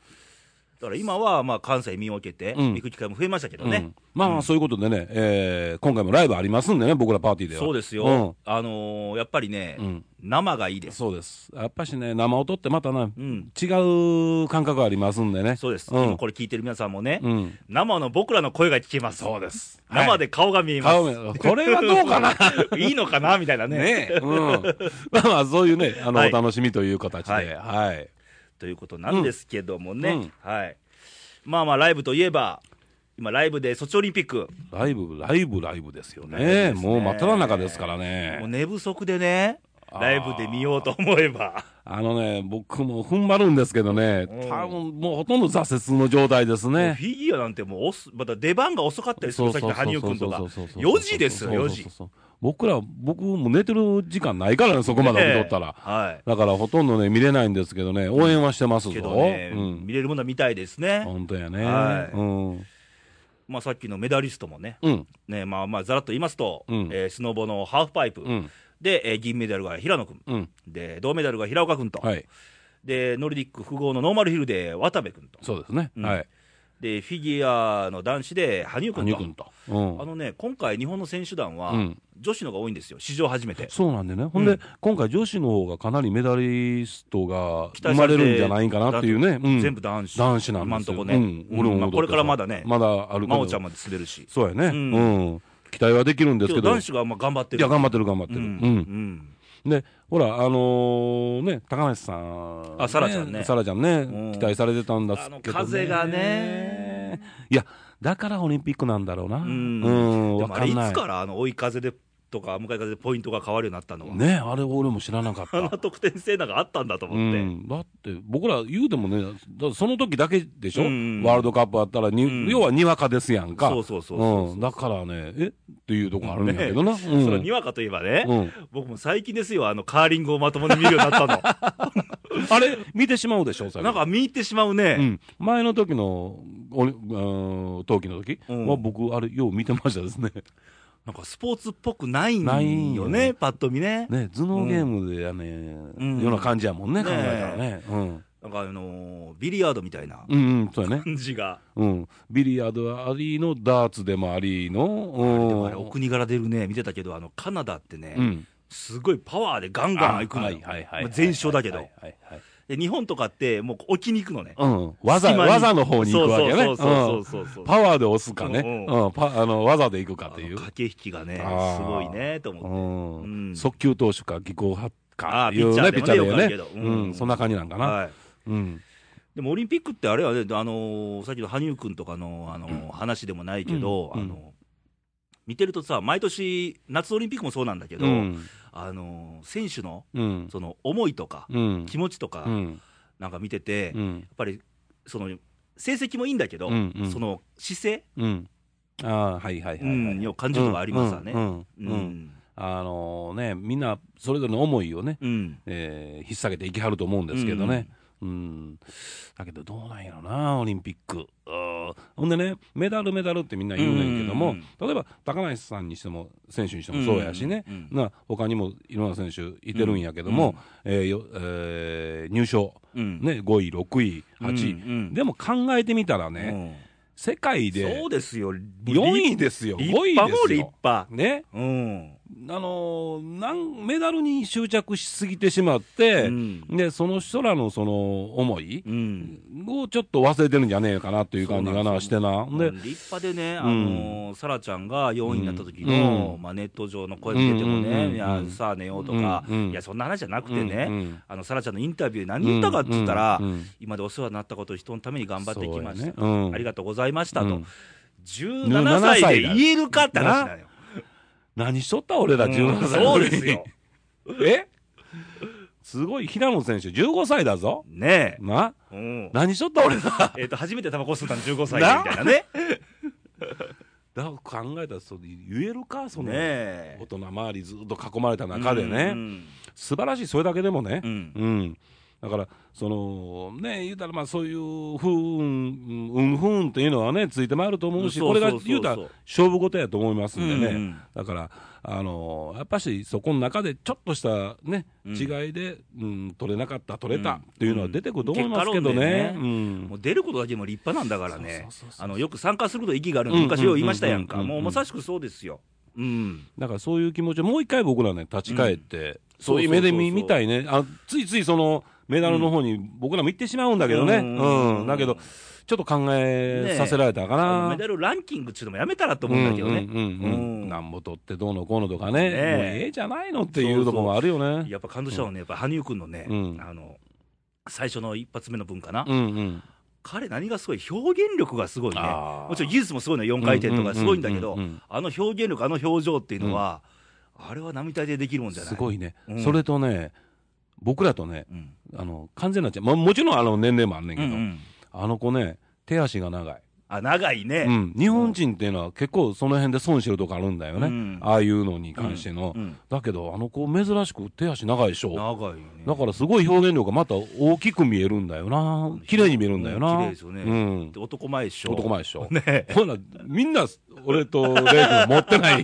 S1: だから今はまあ関西見分けて、
S2: うん
S1: 行く機会も増えましたけど
S2: うん
S1: ね。
S2: まあまあ、そういうことでね、えー今回もライブありますんでね、僕らパーティーでは。
S1: そうですよ、
S2: うん
S1: あのーやっぱりね、
S2: うん
S1: 生がいいです、
S2: そうです。やっぱしね、生音ってまたな、
S1: うん、
S2: 違う感覚ありますんでね。
S1: そうです、
S2: うん
S1: 今これ聞いてる皆さんもね、
S2: うん。
S1: 生の僕らの声が聞けます、そうです生で顔が見えます、
S2: 顔面これはどうかな
S1: いいのかなみたいなね
S2: ねえ。うん。 (laughs) まあまあ、そういうね、あの、
S1: はい
S2: お楽しみという形で。は。
S1: はいい
S2: はい。
S1: ということなんですけどもね、
S2: うん
S1: はい、まあまあ、ライブといえば、今、ライブでソチオリンピック、
S2: ライブ、ライブ、ライブですよ
S1: ライ
S2: ね。
S1: ブですね
S2: もう真っ只中ですから
S1: もう
S2: ね。
S1: 寝不足でね、
S2: あー
S1: ライブで見ようと思えば、
S2: あのね、僕も踏ん張るんですけどね、
S1: うん
S2: 多分もうほとんど挫折の状態です
S1: もう
S2: ね
S1: フ。ィギュアなんてもう遅、また出番が遅かったりす
S2: そ
S1: る、
S2: う
S1: さっき
S2: そう
S1: の
S2: そう
S1: 羽生君とか、
S2: そうそうそう
S1: 4時ですよ、
S2: そう
S1: 4
S2: そうそう
S1: 時。
S2: そう僕ら、僕も寝てる時間ないからね、そこまで起きとったら。
S1: ねえはい
S2: だからほとんどね、見れないんですけどね、応援はしてますぞ。
S1: けどね、
S2: うん。
S1: 見れるものは見たいですね、
S2: 本当やね。
S1: はい
S2: うん。
S1: まあ、さっきのメダリストもね、
S2: うん。
S1: ねまあ、まあざらっと言いますと、
S2: うん
S1: えースノボのハーフパイプ、
S2: うん。
S1: で、えー銀メダルが平野君、
S2: うん。
S1: で銅メダルが平岡君と、
S2: はい。
S1: でノルディック複合のノーマルヒルで渡部君と、
S2: そうですね。
S1: うん
S2: はい。
S1: でフィギュアの男子で羽生
S2: 羽
S1: 君
S2: 生君
S1: と
S2: と。う
S1: あ
S2: ん。
S1: のね、今回、日本の選手団は、
S2: うん
S1: 女子のが多いんですよ、史上初めて。
S2: そうなんでね。ほん
S1: う
S2: で
S1: ん、
S2: 今回女子の方がかなりメダリストが
S1: 期
S2: 生
S1: 待さ
S2: まれ
S1: て
S2: るんじゃないかなっていうね。うん
S1: 全部男子、
S2: 男子なんですよ。
S1: 今んとこね、
S2: うん。俺
S1: うん
S2: も
S1: まあ、これからまだね、
S2: まだあるけど
S1: 真央ちゃんまで滑るし、
S2: そうやね。
S1: うん
S2: うん。期待はできるんです
S1: け
S2: け
S1: ど
S2: ど。
S1: 男
S2: い
S1: 子がまあ頑張ってる。
S2: や、頑張ってる頑張って
S1: う
S2: る。うんん。
S1: うん
S2: で、ほら、あのーね、高梨さん。
S1: あサラちゃんね
S2: サラちゃんね
S1: う、ん
S2: 期待されてたんだけど、ね。
S1: あの風がね。
S2: いや、だからオリンピックなんだろうな。う
S1: うん
S2: ん、
S1: で
S2: わ
S1: もあ
S2: か
S1: れ、
S2: ん
S1: い
S2: な
S1: つ
S2: い。
S1: からあの追い風でとか、向かい風でポイントが変わるようになったのは、
S2: ね、あれ俺も知らなかっ
S1: (laughs) あの
S2: た。
S1: 得点制なんかあったんだと
S2: う
S1: 思って。
S2: ん、だって、僕ら言うてもね、だってその時だけでしょ、
S1: うん
S2: ワールドカップあったらに、
S1: うん
S2: 要はにわかですやんか。
S1: そうそうそうそう
S2: うんだからね、えっていうとこあるんやけどな。う
S1: その
S2: ん
S1: にわかといえばね、
S2: うん
S1: 僕も最近ですよ、あのカーリングをまともに見るようになった
S2: あれ、見てし (laughs) まうでしょ、そ
S1: の、な
S2: れ
S1: んか見入ってしまうね、
S2: うん、前の時のおに、うん、冬季の時
S1: うん
S2: は僕、あれ、よう見てましたで
S1: (laughs)
S2: すね。
S1: なんかスポーツっぽくないん
S2: ないんよ
S1: よ
S2: ね
S1: ね、パッと見ね。
S2: ね、頭脳ゲームでやね、
S1: ん
S2: ような感じやもんね、
S1: ね
S2: 考えたらね。うん。
S1: なんかあのービリヤードみたいな
S2: うんうん、そうやね。
S1: 感じが、
S2: うん。ビリヤードありの、ダーツでもありの、
S1: でもあれ、
S2: う
S1: お国柄出るね、見てたけど、あのカナダってね、
S2: ん。うん。
S1: すごいパワーでガンガン行くのよ、まあ全勝だけど、
S2: はいはいはい
S1: で、日本とかって、もう置きに行くのね、
S2: うん。技、
S1: 隙間に
S2: 技の方に行くわけ
S1: そ
S2: ね。
S1: うそうそうそうそうそう
S2: うんパワーで押すかね。
S1: うん
S2: うん。パ、あの、技で行くかってい
S1: あの
S2: う。
S1: 駆け引きがね、
S2: あー
S1: すごいねと
S2: う
S1: 思って、
S2: ん
S1: うん
S2: 速球投手か、技巧派か
S1: あ
S2: っ
S1: ー
S2: ていうね、ピ
S1: ピ
S2: ッ
S1: ッ
S2: チ
S1: チャー
S2: ャーだ
S1: で
S2: よ
S1: も
S2: ね
S1: ねよくあるけど
S2: う
S1: うん
S2: ん。そんな感じなんかな。
S1: はい、
S2: うん。
S1: でもオリンピックってあれはね、あのーさっきの羽生君とかの、あのー話でもないけど、
S2: うん
S1: あのー見てるとさ、毎年、夏オリンピックもそうなんだけど、
S2: うん。
S1: あのー選手の
S2: うん。
S1: その思いとか、
S2: うん。
S1: 気持ちとか、
S2: うん。
S1: なんか見てて、
S2: う
S1: やっ
S2: ん。
S1: ぱりその成績もいいんだけど、
S2: うんうん
S1: その姿勢、
S2: うん。ああ、はいはいは
S1: う
S2: いはい。
S1: ん、を感じるとこありますわね。
S2: う
S1: うん
S2: んうん
S1: う
S2: うん
S1: ん
S2: あのね、みんなそれぞれの思いをね、
S1: うん
S2: えー引っ提げていきはると思うんですけどね。うん、だけどどうなんやろな、オリンピック。うーほんでね、メダル、メダルってみんな言うねんけども、
S1: うん
S2: 例えば高梨さんにしても、選手にしてもそうやしね、
S1: うん
S2: な他にもいろんな選手いてるんやけども、えーよえー入賞、
S1: うん
S2: ね、5位、6位、8位、
S1: うんうん
S2: でも考えてみたらね、世界
S1: うん
S2: で
S1: そうですよ、
S2: 4位ですよ、
S1: 立
S2: 5位
S1: 派
S2: で
S1: も
S2: す
S1: 立
S2: よ。
S1: 派、
S2: ね、
S1: うん、
S2: あのーなんメダルに執着しすぎてしまって、
S1: うん
S2: でその人らのその思い
S1: うん
S2: をちょっと忘れてるんじゃねえかなという感じが
S1: そうなん
S2: な
S1: です
S2: してな。
S1: うん
S2: で、
S1: 立派でね、あ
S2: うん
S1: のーサラちゃんが4位になった時の、
S2: うん
S1: まあ、ネット上の声出てもね、
S2: うんうん
S1: いやさあ寝ようとか、
S2: うんうん
S1: いや、そんな話じゃなくてね、
S2: うんうん
S1: あのサラちゃんのインタビュー、何言ったかって言ったら、
S2: うんうんうん
S1: 今までお世話になったこと、人のために頑張ってきました、
S2: そうやねうん
S1: ありがとうございましたと、
S2: うん
S1: 17歳で言えるかって話なのよ。
S2: 何しとった俺ら
S1: うん
S2: 17歳の
S1: そう
S2: 時に
S1: ですよ。。
S2: (laughs) えすごい平野選手15歳だぞ。
S1: ね
S2: な
S1: え。うん
S2: 何しとった俺ら。
S1: えっと、初めてタバコ吸ったの15歳でみたいな
S2: (laughs)
S1: ね。
S2: だ考えたらそう言えるかその、
S1: ねえ
S2: 大人周りずっと囲まれた中でね、
S1: うん
S2: 素晴らしいそれだけでもね、
S1: う
S2: うんんだからそのね言うたらまあそういう不運運不運というのはねついてまいると思うし
S1: そうそ
S2: こ
S1: う
S2: れ
S1: そう
S2: が
S1: そう
S2: 言うたら勝負事やと思いますんでね、
S1: うんうん
S2: だからあのやっぱしそこの中でちょっとしたね、
S1: うん
S2: 違いで、うん、取れなかった取れ
S1: う
S2: た
S1: ん
S2: っていうのは出てくると思いますけど
S1: 結果論でね
S2: ね。うん
S1: もう出ることだけでも立派なんだからね
S2: そうそうそうそ、う
S1: あのよく参加すること意義があるの、
S2: うん
S1: 昔よう言いましたやんか、
S2: うんうんうん
S1: も
S2: う
S1: うんまさしくそうですよ。うん、
S2: だからそういう気持ちをもう一回僕らね、立ち返って、
S1: そうそうそうそう
S2: そういう目で見見たいねあ、ついついそのメダルの方に僕らも行ってしまうんだけどね、
S1: う
S2: うんん
S1: うん
S2: だけど、ちょっと考えさせられたか
S1: あの
S2: な。
S1: メダルランキングっていうのもやめたらと思うんだけどね、
S2: うんうん
S1: う
S2: うんうんんなんぼ取ってどうのこうのとかね、
S1: ね
S2: もうええじゃないのっていうのもあるよね。
S1: やっぱ感動したのはね、やっぱ羽生君のね、
S2: うん
S1: あの最初の一発目の分かな、
S2: うんうん、
S1: 彼、何がすごい、表現力がすごいね、
S2: あー
S1: もちろん技術もすごいの、4回転とかすごいんだけど
S2: うんうんうんうんうん、
S1: あの表現力、あの表情っていうのは、あれは並大抵できるもんじゃない。
S2: すごいね、
S1: うん
S2: それとね、僕らとね、
S1: うん
S2: あの完全な違い、まあ、もちろんあの年齢もあんねん
S1: うん
S2: け
S1: う
S2: ど、
S1: ん
S2: あの子ね、手足が長い。
S1: あ長いね、
S2: うん、日本人っていうのは結構その辺で損してるとこあるんだよね、
S1: うん
S2: ああいうのに関しての、
S1: うんうん
S2: だけどあの子珍しく手足長いでしょ
S1: 長いよね。
S2: だからすごい表現力がまた大きく見えるんだよな綺麗に見えるんだよな
S1: 綺麗ですよね。
S2: うん
S1: で、男前でしょ。
S2: 男前でしょ、
S1: ね
S2: ほらみんな俺とレイ君持って
S1: (laughs)
S2: ないも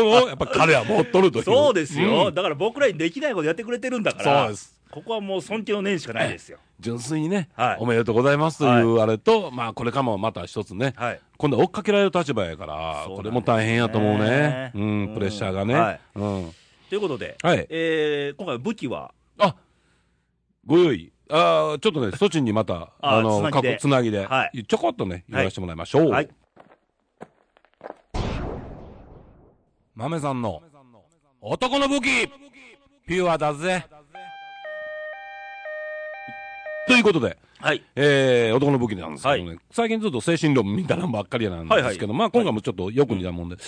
S2: うやっぱ彼は持っとるという
S1: そうですよ、
S2: うん
S1: だから僕らにできないことやってくれてるんだから、
S2: そうです
S1: ここはもう尊敬の念しかないですよ。
S2: 純粋にね、
S1: はい
S2: おめでとうございますというあれと、まあこれからもまた一つね、
S1: はい
S2: 今度は追っかけられる立場やから、
S1: そうなんですね
S2: これも大変やと思うね。うん、
S1: うん
S2: プレッシャーがね。
S1: はい
S2: うん。
S1: ということで、
S2: はい
S1: えー今回、武器は、
S2: あ、ご用意。あーちょっとね、ソチにまた、
S1: あー
S2: あの、
S1: つなぎで
S2: 過去つなぎで、
S1: は
S2: ちょこっとね、言わせてもらいましょう。
S1: はい、
S2: 豆さんの、男の武器、ピュアだぜ。ということで、
S1: はい、
S2: えー、男の武器なんですけどね、最近ずっと精神論みたいなのばっかりなんですけど、
S1: はいはい
S2: まあ今回もちょっとよく似たもんで、あ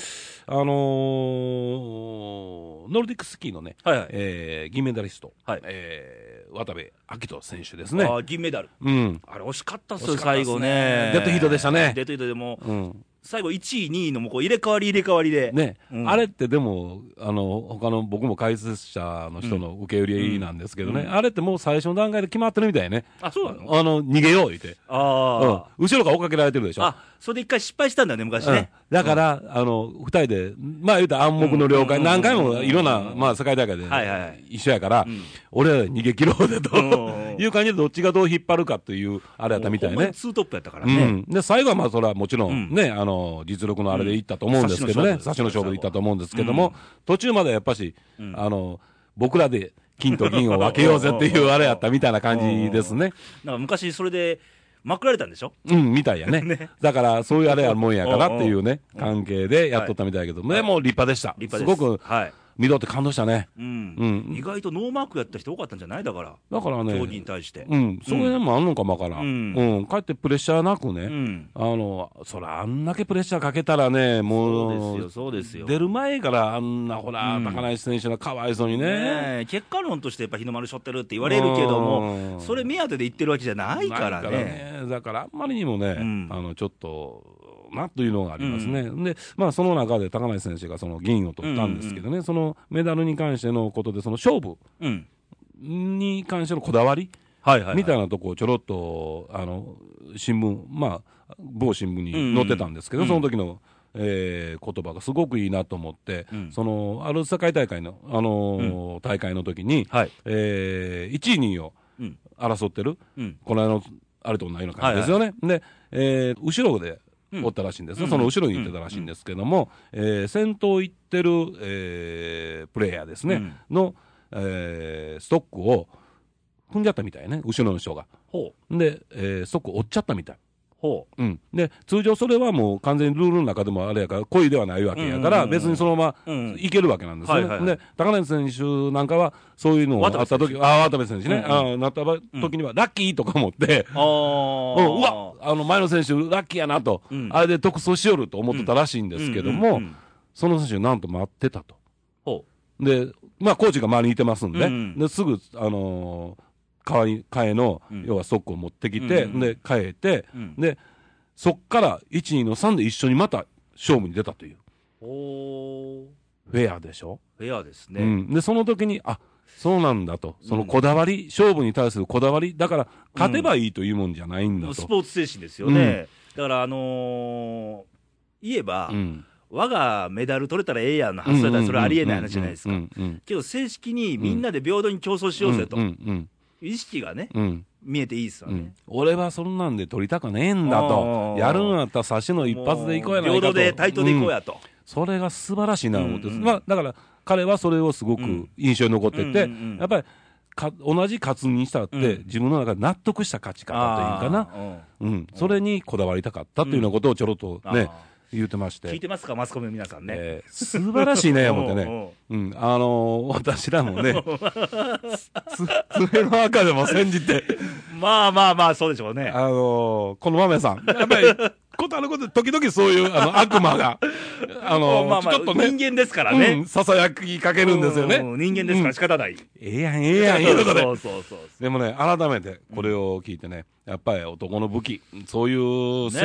S2: のー、ノルディックスキーのね、
S1: はいはい
S2: えー銀メダリスト、
S1: はい
S2: えー渡部暁斗選手です
S1: あ
S2: ね。
S1: ー銀メダル、
S2: うん。
S1: あれ、惜しかったっす
S2: 惜
S1: よ、
S2: しかった
S1: 最
S2: っすね
S1: 後ね。
S2: デッドヒートでしたね
S1: デッドヒートでもう、
S2: うん。
S1: 最後、1位、2位のもうこう入れ替わり入れ替わりで、
S2: ね、
S1: うん
S2: あれってでも、あの、他の僕も解説者の人の受け売りなんですけどね、
S1: うん
S2: あれってもう最初の段階で決まってるみたいね。
S1: あそうなの
S2: あの、逃げよう言って。うん。
S1: あ
S2: 後ろから追っかけられてるでし
S1: ー、
S2: ょ。
S1: あそれで一回失敗したんだよね、昔
S2: うん
S1: ね。
S2: だから、あの、二人で、まあ言うたら暗黙の了解、
S1: うん
S2: 何回
S1: う
S2: も
S1: ん
S2: いろんな、まあ世界大会で
S1: はいはい
S2: 一緒やから、
S1: ん
S2: 俺らで逃げ切ろうでと、
S1: うん
S2: (laughs) いう感じでどっちがどう引っ張るかという、あれやったみたい
S1: もうほんま
S2: ね
S1: に。ツートップやったから
S2: う
S1: ね。
S2: ん、で最後はまあそれはもちろんね、あの実力のあれでいったと思うんですけど
S1: う
S2: ね
S1: ん、
S2: 差しの勝負でいったと思うんですけども、途中までやっぱし、あの僕らで金と銀を分けようぜっていうあれやったみたいな感じですね。
S1: なんか昔、それでまくられたんでしょ
S2: うん、みたいや
S1: (laughs)
S2: ね。だから、そういうあれやもんやからっていうね、
S1: うん
S2: 関係でやっとったみたいやけど、でも立派でした。
S1: 立派です
S2: すごく、
S1: はい
S2: 見とって感動したね。
S1: うん
S2: うん
S1: 意外とノーマークやった人多かったんじゃないだから、
S2: だからね、
S1: 競技に対して。
S2: うん、そういうのもあんのかもわからん。
S1: うん
S2: うん、かえってプレッシャーなくね、
S1: うん
S2: あの、そら、あんだけプレッシャーかけたらね、も
S1: そうです
S2: う、
S1: よそうですよ
S2: 出る前からあんな、ほら、
S1: うん
S2: 高梨選手のかわいそうにね。
S1: ねえ結果論としてやっぱ日の丸しょってるって言われるけど
S2: う
S1: も、
S2: ん
S1: それ目当てで言ってるわけじゃないから
S2: ない
S1: ね。
S2: からねだから、あんまりにもね、
S1: ん
S2: あの、ちょっと、なというのがありますね。で、まあ、その中で高梨選手がその銀を取ったんですけどね、そのメダルに関してのことで、その勝負
S1: うん
S2: に関してのこだわり、
S1: はいはいはい
S2: みたいなとこをちょろっとあの新聞、まあ、某新聞に載ってたんですけど、
S1: うん
S2: その時の、えー言葉がすごくいいなと思って、
S1: うん
S2: そのある世界大会の、あのー大会の時に、
S1: はい
S2: えー1位、2位を
S1: うん
S2: 争ってる、
S1: うん
S2: この間のあれと同じような感じですよね、でえー後ろで
S1: うん
S2: おったらしいんですね、
S1: うん
S2: その後ろにいてたらしいんですけども、えー先頭行ってる、えープレイヤーですね、
S1: うん
S2: の、えーストックを踏んじゃったみたいね、後ろの人が。
S1: ほう。
S2: で、えーストック折っちゃったみたい。
S1: ほ
S2: うん、で通常それはもう完全にルールの中でもあれやから故意ではないわけやか
S1: うんうんうんう
S2: ら
S1: ん
S2: 別にそのま
S1: う。うん
S2: ま。いけるわけなんですよね、
S1: はいはいはい
S2: で高梨選手なんかはそういうのがあった時ああ渡部選手ね、
S1: うんうん
S2: ああなった場時にはラッキーとか思って、
S1: ああ。
S2: うん、うわあの前の選手ラッキーやなと、
S1: うん
S2: あれで特捜しよると思ってたらしいんですけども、
S1: うんうんうん
S2: その選手なんと待ってたと
S1: ほ
S2: でまあコーチが周りにいてますんで,、
S1: うんうん
S2: ですぐあのー、川に替えの、
S1: うん
S2: 要はストックを持ってきて、
S1: うんうん
S2: で替えて
S1: う。うん。
S2: で、そっから1、2の3で一緒にまた勝負に出たという、
S1: ほ
S2: フェアでしょ、
S1: う。フェアです
S2: う
S1: ね。
S2: ん、で、その時に、あそうなんだと、そのこだわり、勝負に対するこだわり、だから、勝てばいいというもんじゃないんだ
S1: ス
S2: と。
S1: ポーツ精神ですよね。だから、あのー、言えば、
S2: うん
S1: 我がメダル取れたらええやんの発想だったら、それはありえない話じゃないです。
S2: う
S1: か。
S2: んうんうんうん
S1: けど、正式にみんなで平等に競争しようぜと
S2: うん、うん
S1: 意識がね、
S2: うんうん
S1: 見えていいですよ
S2: う
S1: ね
S2: ん。俺はそんなんで取りたくねえんだ
S1: あ
S2: と
S1: ー、
S2: やるんやったら差しの一発でいこうやない
S1: も平
S2: かと
S1: 等で対等でいこうやと。
S2: それが素晴らしいなと思って、
S1: うんうん
S2: まあ、だから彼はそれをすごく
S1: うん
S2: 印象に残ってて、
S1: うんうんうん
S2: やっぱりか同じ勝つにしたって、
S1: うん
S2: 自分の中で納得した勝ち方というかな、
S1: あー。うん
S2: うん、それにこだわりたかったというようなことをちょろっと
S1: あ
S2: ね、
S1: ー
S2: 言ってまして、
S1: 聞いてますか、マスコミの皆さんね。
S2: えー素晴らし
S1: (laughs)
S2: いね、思って
S1: おうお
S2: ね。うん、あのー私
S1: (laughs)
S2: らもね、つつ爪の赤でも煎じ
S1: (laughs)
S2: て、
S1: うまあまあまあ、そうでしょうね。
S2: あのーこの豆さん、やっぱり、ことあることで、時々そういう
S1: (laughs)
S2: あの悪魔が、あのー
S1: まあまあ、
S2: ちょっとね、
S1: 人間ですからね。
S2: うん、ささやきかけるんですよね。
S1: うう人間ですから仕方
S2: (laughs)
S1: ない。
S2: ええやん、ええやん、いうことで
S1: そ。うそうそうそ
S2: でもね、改めてこれを聞いてね、やっぱり男の武器、そういう精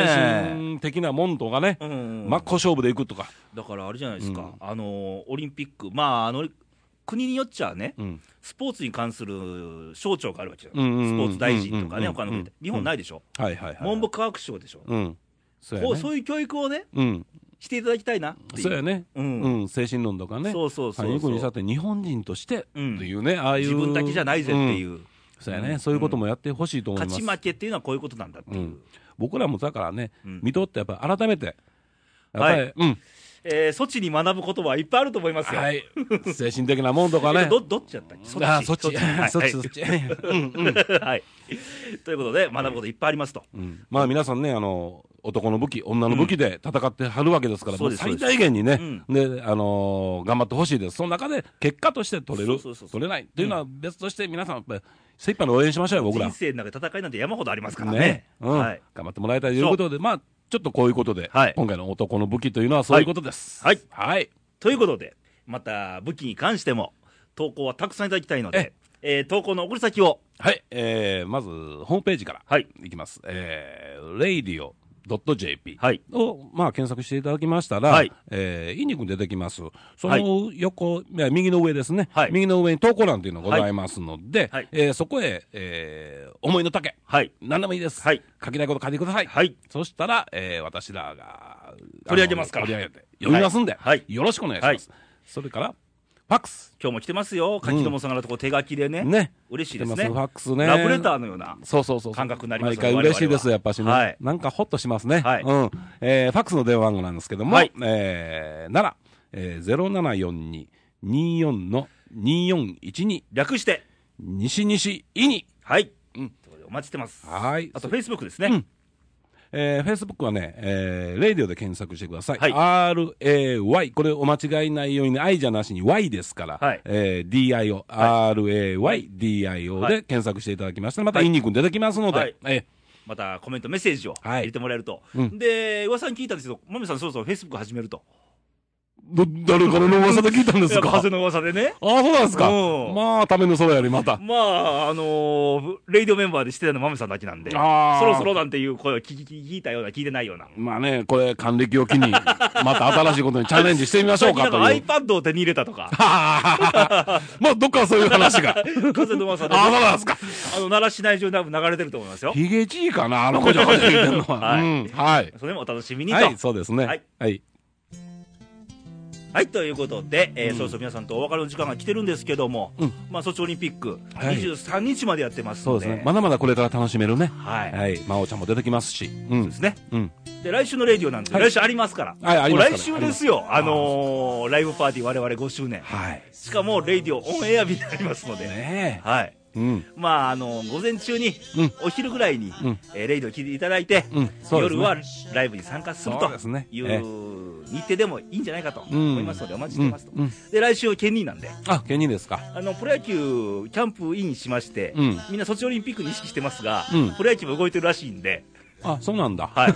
S2: 神的なもんとかね、
S1: う。うん
S2: 真っ向勝負でいくとか、
S1: だからあれじゃないですか、
S2: うん
S1: あのオリンピック、まあ、あの国によっちゃね、
S2: うん、
S1: スポーツに関する省庁があるわけじゃ
S2: うんうん
S1: ない、スポ
S2: うん
S1: ーツ大臣とかね、
S2: うんうん
S1: 他の国で、日本ないでしょ、
S2: はいはいはい。
S1: 文部科学省でしょ、
S2: うん。そうや
S1: こう
S2: ね。
S1: そういう教育をね、
S2: うん。
S1: していただきたいなっていう
S2: そうやね。
S1: う
S2: うんん、精神論とかね。
S1: そうそうそうそう
S2: はいゆくにしたって日本人としてって
S1: うん
S2: いうね、ああいう。。
S1: 自分だけじゃないぜっていうう、
S2: そうやね。そういうこともやってほしいと思いま
S1: 勝
S2: す
S1: ち。負けっていうのはこういうことなんだっていうう、
S2: ん。僕らもだからね、
S1: うん
S2: 水戸ってやっぱり改めて、やっぱり、
S1: はい
S2: うん。
S1: えー措置に学ぶことはいっぱいあると思いますよ。
S2: はい。精神的なもんとか
S1: えっ
S2: ね
S1: と。どどっちやったっけ
S2: あーそっ (laughs) ち、
S1: はい
S2: そっち、そっち。うんうん
S1: (laughs) はい、ということで、学ぶこといっぱいありますと、
S2: うんまあ皆さんね、あの、男の武器、女の武器で戦ってはるわけですから、
S1: そうです
S2: も最大限にね、
S1: そう
S2: で、あのー頑張ってほしいです。その中で結果として取れ
S1: そう
S2: る、
S1: そうそうそう
S2: 取れないっていうのは別として皆さん、やっぱり精一杯の応援しましょうよ、僕ら。
S1: 人生の中で戦いなんて山ほどありますからね。
S2: ね、うん
S1: はい
S2: 頑張ってもらいたいということで、まあ、ちょっとこういうことで、
S1: はい
S2: 今回の男の武器というのはそういうことです。
S1: はい。
S2: はい。
S1: ということで、また武器に関しても、投稿はたくさんいただきたいので、えー投稿の送り先を、
S2: はい。えー、まず、ホームページから。
S1: はい、
S2: いきます。えー、radio.jp
S1: はい
S2: を、まあ、検索していただきましたら、
S1: はい
S2: えー、インニク出てきます。そ
S1: は
S2: の横、いや右の上ですね、
S1: はい
S2: 右の上に投稿欄というのがございますので、
S1: はい
S2: えーそこへ、えー、思いの丈、
S1: はい、
S2: 何でもいいです。
S1: はい
S2: 書きたいこと書いてください。
S1: はい、
S2: そしたら、えー、私らが、
S1: 取り上げますから
S2: あの取り上げて、読みますんで、
S1: はいはい
S2: よろしくお願いします。それから、ファックス。
S1: 今日も来てますよ、柿友さんからとこ手書きでね、
S2: ね。
S1: 嬉しいですね
S2: 来てますファックスね
S1: ラブレターのような、
S2: そうそうそう。
S1: 感覚になりますよ
S2: 毎回嬉しいです、
S1: 我々は
S2: やっぱしね。
S1: はい
S2: なんかほっとしますね。
S1: はい
S2: うん。えーファックスの電話番号なんですけども、
S1: はい
S2: えー、なら、えー、0742-24の2412、
S1: 略して、
S2: 西西イニ。
S1: はい、
S2: うん
S1: ということでお待ちしてます。
S2: はい。
S1: あと、フェイスブックですね、
S2: うんえー、Facebook はね、えー、レイディオで検索してください。
S1: はい
S2: RAY。これお間違いないようにね、I じゃなしに Y ですから、
S1: はい
S2: えー、DIO、RAYDIO
S1: はい
S2: で検索していただきましたら、また
S1: はい
S2: インニ君出てきますので、
S1: はい
S2: え
S1: またコメント、メッセージを
S2: はい
S1: 入れてもらえると、
S2: うん
S1: で、噂に聞いたんですけど、まみさん、そろそろフェイスブック始めると、
S2: ーど、誰からの噂で聞いたんです
S1: なん
S2: か
S1: か風の噂でね。
S2: ああ、そうなんですか。
S1: うん
S2: まあ、ための空よりまた。
S1: まあ、あのーレイディオメンバーでしてたのはマメさんだけなんで、そ
S2: あー
S1: ろそろなんていう声を聞き聞いたような、聞いてないような。
S2: まあね、これ、還暦を
S1: (laughs)
S2: 機に、また新しいことにチャレンジしてみましょう
S1: 最近
S2: か
S1: なん
S2: と
S1: か
S2: いう。、
S1: iPad を手に入れたとか
S2: (laughs) まあ、どっかそういう
S1: (laughs)
S2: 話が。あ
S1: 風の噂で、
S2: あ、そうなんですか。
S1: あの、奈良市内中多分流れてると思いますよ。
S2: ひげじいかな、あの子
S1: (laughs)
S2: ちゃんが言ってるのは。
S1: はい
S2: うんはい。
S1: それもお楽しみにと。
S2: はい、そうですね。
S1: はい
S2: はい
S1: はい、ということで、えー
S2: うん
S1: そろそろ皆さんとお別れの時間が来てるんですけども、
S2: うん
S1: まあ、ソチオリンピック、
S2: はい
S1: 23日までやってます
S2: そう
S1: の
S2: で
S1: で、
S2: すね。まだまだこれから楽しめるね。
S1: はい、
S2: はい。真央ちゃんも出てきますし。う
S1: そうんで。すね。
S2: うん。
S1: で、来週のレディオなんで、
S2: はい
S1: 来週ありますから。
S2: はいありますから
S1: もう来週ですよ、あのーライブパーティー我々5周年。
S2: はい。
S1: しかも、レディオオンエア日になりますので、
S2: ね
S1: はい。
S2: え。うん。
S1: まあ、あのー午前中に、
S2: うん
S1: お昼ぐらいに、
S2: うん
S1: えーレディオ聞いていただいて、
S2: うん。そうです
S1: 夜
S2: ね
S1: はライブに参加すると
S2: そうですね
S1: い
S2: ええ
S1: う日程でもいいんじゃないかと
S2: うん
S1: 思いますので、お待ちしてますと。
S2: うんうん
S1: で、来週、ケニーなんで、
S2: あ、ケニーですか。
S1: あのプロ野球キャンプインしまして、
S2: うん
S1: みんなソチオリンピックに意識してますが、
S2: うん
S1: プロ野球も動いてるらしいんで、
S2: あ、そうなんだ。 (laughs)
S1: はい、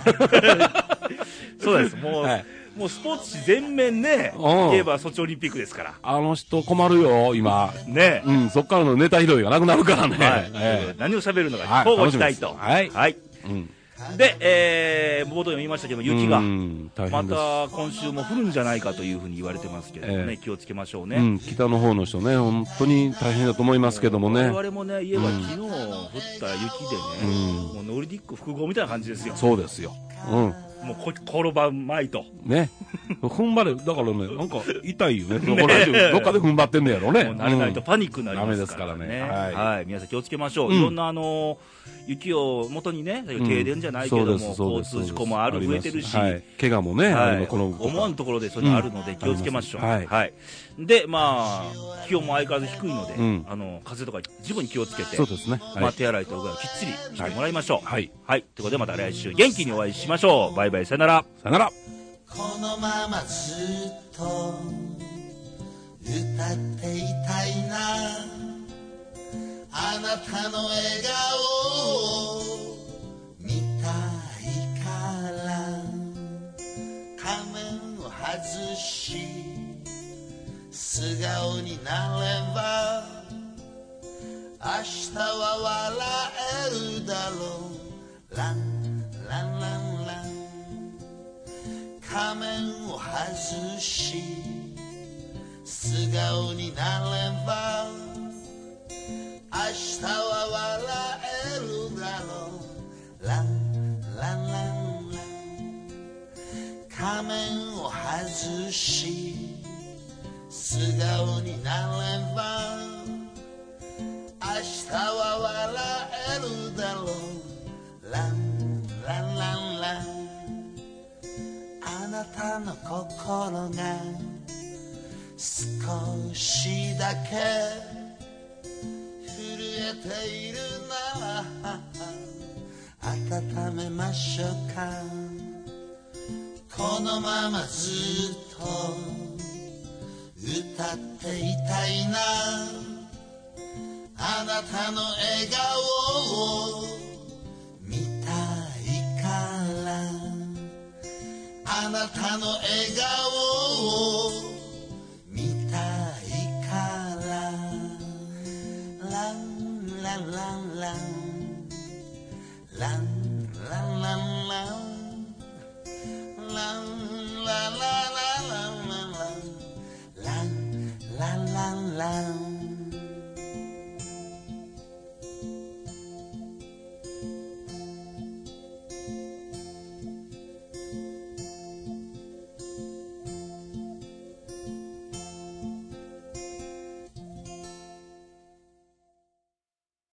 S1: そうです、もう、
S2: はい
S1: もうスポーツ紙全面ね、
S2: おう
S1: 言えばソチオリンピックですから、
S2: あの人困るよ、今。
S1: ね、
S2: うん、そっからのネタ拾いがなくなるからね。
S1: はい
S2: (laughs) え
S1: 何を喋るのか、
S2: はい
S1: 交互期待と、
S2: 楽しみです
S1: はい
S2: えうん。
S1: で、えー冒頭でも言いましたけど、雪が
S2: う。ん大
S1: ま
S2: 変です。
S1: た今週も降るんじゃないかというふうに言われてますけどね、
S2: ええ
S1: 気をつけましょうね、
S2: うん、北の方の人ね、本当に大変だと思いますけどもね。
S1: 我々もね、言えば昨日降った雪でね、
S2: うん
S1: もうノルディック複合みたいな感じですよ、
S2: そうですよ。うん。
S1: もうこ転ばんまいと、
S2: ね。 (laughs) 踏ん張れ、だからね、なんか痛いよ
S1: (laughs)
S2: ね。これどっかで踏ん張ってんのやろね。
S1: もう慣れないと
S2: うん
S1: パニックになりますから
S2: ダ
S1: ね、
S2: メですからね
S1: は
S2: はい
S1: 皆さん気をつけましょう、
S2: うん
S1: いろんなあの雪を元にね、停電じゃないけども、
S2: うんそう
S1: 交
S2: ですそ
S1: 通
S2: うです
S1: 事故もある、
S2: り
S1: 増
S2: ま
S1: え
S2: す
S1: てるし。
S2: はい怪我もね、
S1: は
S2: あの
S1: い、
S2: この
S1: 思わぬところでそれあるので気をつけましょう、
S2: うんありますね
S1: でまあ気温も相変わらず低いので、
S2: うん
S1: あの風邪とか十分に気をつけて
S2: そうですね。はい
S1: まあ、手洗いとうがいをきっちりしてもらいましょう。
S2: はい。
S1: はい。ということで、また来週元気にお会いしましょう。バイバイ、さよなら。
S2: さよなら。
S3: このままずっと歌っていたいなあなたの笑顔を見たいから仮面を外し素顔になれば明日は笑えるだろうランランランラン仮面を外し素顔になれば明日は笑えるだろうランランランラン仮面を外し素顔になれば明日は笑えるだろうランランランランあなたの心が少しだけ震えているなら温めましょうかこのままずっと歌っていたいなあなたの笑顔を見たいからあなたの笑顔を見たいからランランランランラン